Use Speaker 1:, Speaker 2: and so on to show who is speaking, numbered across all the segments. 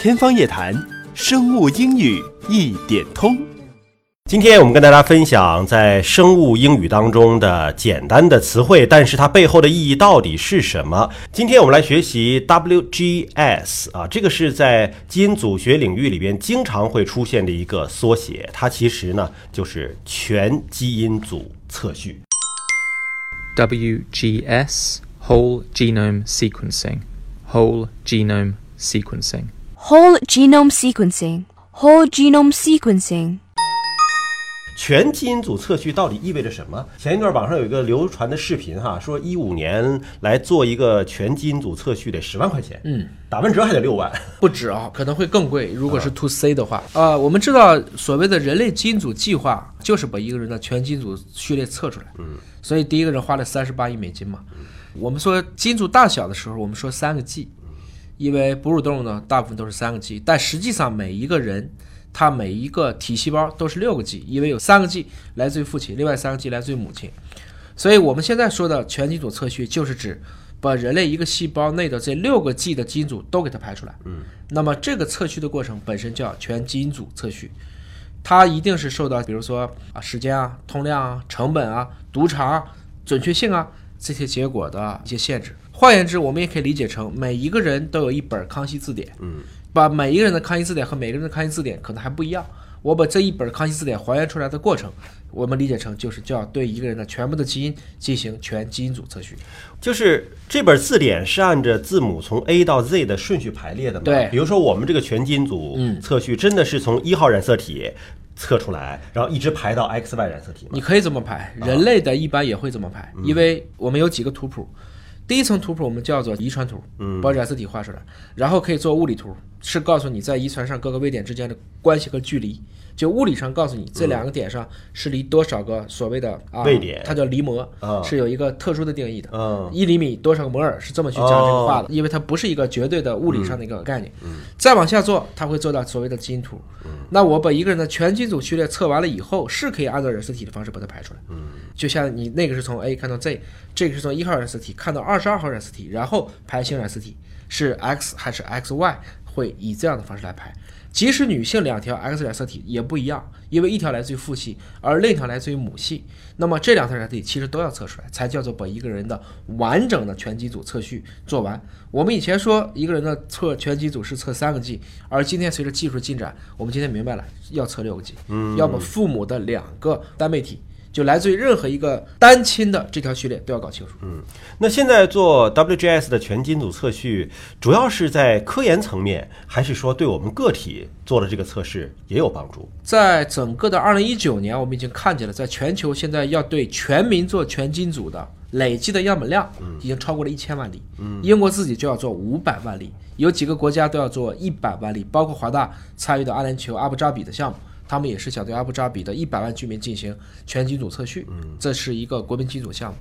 Speaker 1: 天方夜谭，生物英语一点通。
Speaker 2: 今天我们跟大家分享在生物英语当中的简单的词汇，但是它背后的意义到底是什么？今天我们来学习 WGS 啊，这个是在基因组学领域里边经常会出现的一个缩写，它其实呢就是全基因组测序。
Speaker 3: WGS, whole genome sequencing. Whole genome sequencing.
Speaker 4: Whole genome sequencing. Whole genome sequencing.
Speaker 2: 全基因组测序到底意味着什么？前一段网上有一个流传的视频哈，说一五年来做一个全基因组测序得十万块钱，嗯，打完折还得六万。
Speaker 5: 不止啊，可能会更贵。如果是 to C 的话，呃，我们知道所谓的人类基因组计划，就是把一个人的全基因组序列测出来。嗯，所以第一个人花了三十八亿美金嘛。我们说基因组大小的时候，我们说三个 G，因为哺乳动物呢大部分都是三个 G，但实际上每一个人他每一个体细胞都是六个 G，因为有三个 G 来自于父亲，另外三个 G 来自于母亲。所以我们现在说的全基因组测序，就是指把人类一个细胞内的这六个 G 的基因组都给它排出来。嗯，那么这个测序的过程本身叫全基因组测序，它一定是受到比如说啊时间啊、通量啊、成本啊、读查啊、准确性啊这些结果的一些限制。换言之，我们也可以理解成每一个人都有一本康熙字典。嗯，把每一个人的康熙字典和每个人的康熙字典可能还不一样。我把这一本康熙字典还原出来的过程，我们理解成就是叫对一个人的全部的基因进行全基因组测序。
Speaker 2: 就是这本字典是按着字母从 A 到 Z 的顺序排列的嘛？
Speaker 5: 对嗯
Speaker 2: 比如说我们这个全基因组测序真的是从一号染色体测出来，然后一直排到 XY 染色体嘛？
Speaker 5: 你可以这么排，
Speaker 2: 啊
Speaker 5: 人类的一般也会这么
Speaker 2: 嗯
Speaker 5: 排，因为我们有几个图谱。第一层图谱我们叫做遗传图，
Speaker 2: 嗯
Speaker 5: 把染色体画出来，然后可以做物理图，是告诉你在遗传上各个位点之间的关系和距离，就物理上告诉你这两个点上是离多少个所谓的啊
Speaker 2: 位点
Speaker 5: 它叫离模
Speaker 2: 啊，
Speaker 5: 是有一个特殊的定义的。
Speaker 2: 嗯，
Speaker 5: 一厘米多少个摩尔是这么去讲这个话的，因为它不是一个绝对的物理上的一个概念。再往下做，它会做到所谓的基因图。那我把一个人的全基因组序列测完了以后，是可以按照染色体的方式把它排出来。就像你那个是从 A 看到 Z，这个是从一号染色体看到二十二号染色体，然后排星染色体是 X 还是 XY，会以这样的方式来排。即使女性两条 X 染色体也不一样，因为一条来自于父系，而另一条来自于母系。那么这两条染色体其实都要测出来，才叫做把一个人的完整的全基组测序做完。我们以前说一个人的测全基组是测三个 G，而今天随着技术进展，我们今天明白了要测六个 G，要把父母的两个单倍体。就来自于任何一个单亲的这条序列都要搞清楚。
Speaker 2: 那现在做 WGS 的全基因组测序，主要是在科研层面，还是说对我们个体做了这个测试也有帮助？
Speaker 5: 在整个的二零一九年，我们已经看见了，在全球现在要对全民做全基因组的累计的样本量已经超过了一千万例。英国自己就要做五百万例，有几个国家都要做一百万例，包括华大参与的阿联酋阿布扎比的项目。他们也是想对阿布扎比的一百万居民进行全基因组测序，这是一个国民基因组项目。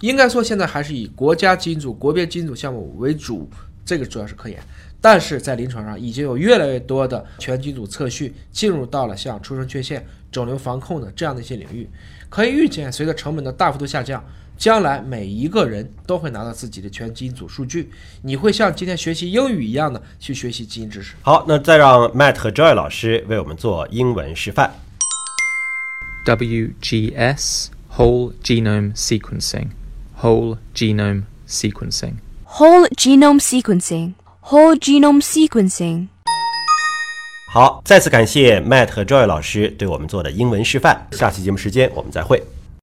Speaker 5: 应该说，现在还是以国家基因组、国别基因组项目为主，这个主要是科研。但是在临床上，已经有越来越多的全基因组测序进入到了像出生缺陷、肿瘤防控的这样的一些领域。可以预见，随着成本的大幅度下降，将来每一个人都会拿到自己的全基因组数据。你会像今天学习英语一样的去学习基因知识。
Speaker 2: 好，那再让 Matt 和 Joy 老师为我们做英文示范。
Speaker 3: WGS, whole genome sequencing. Whole genome sequencing.
Speaker 4: Whole genome sequencing. Whole genome sequencing.
Speaker 2: 好，再次感谢 Matt 和 Joy 老师对我们做的英文示范。下期节目时间我们再会。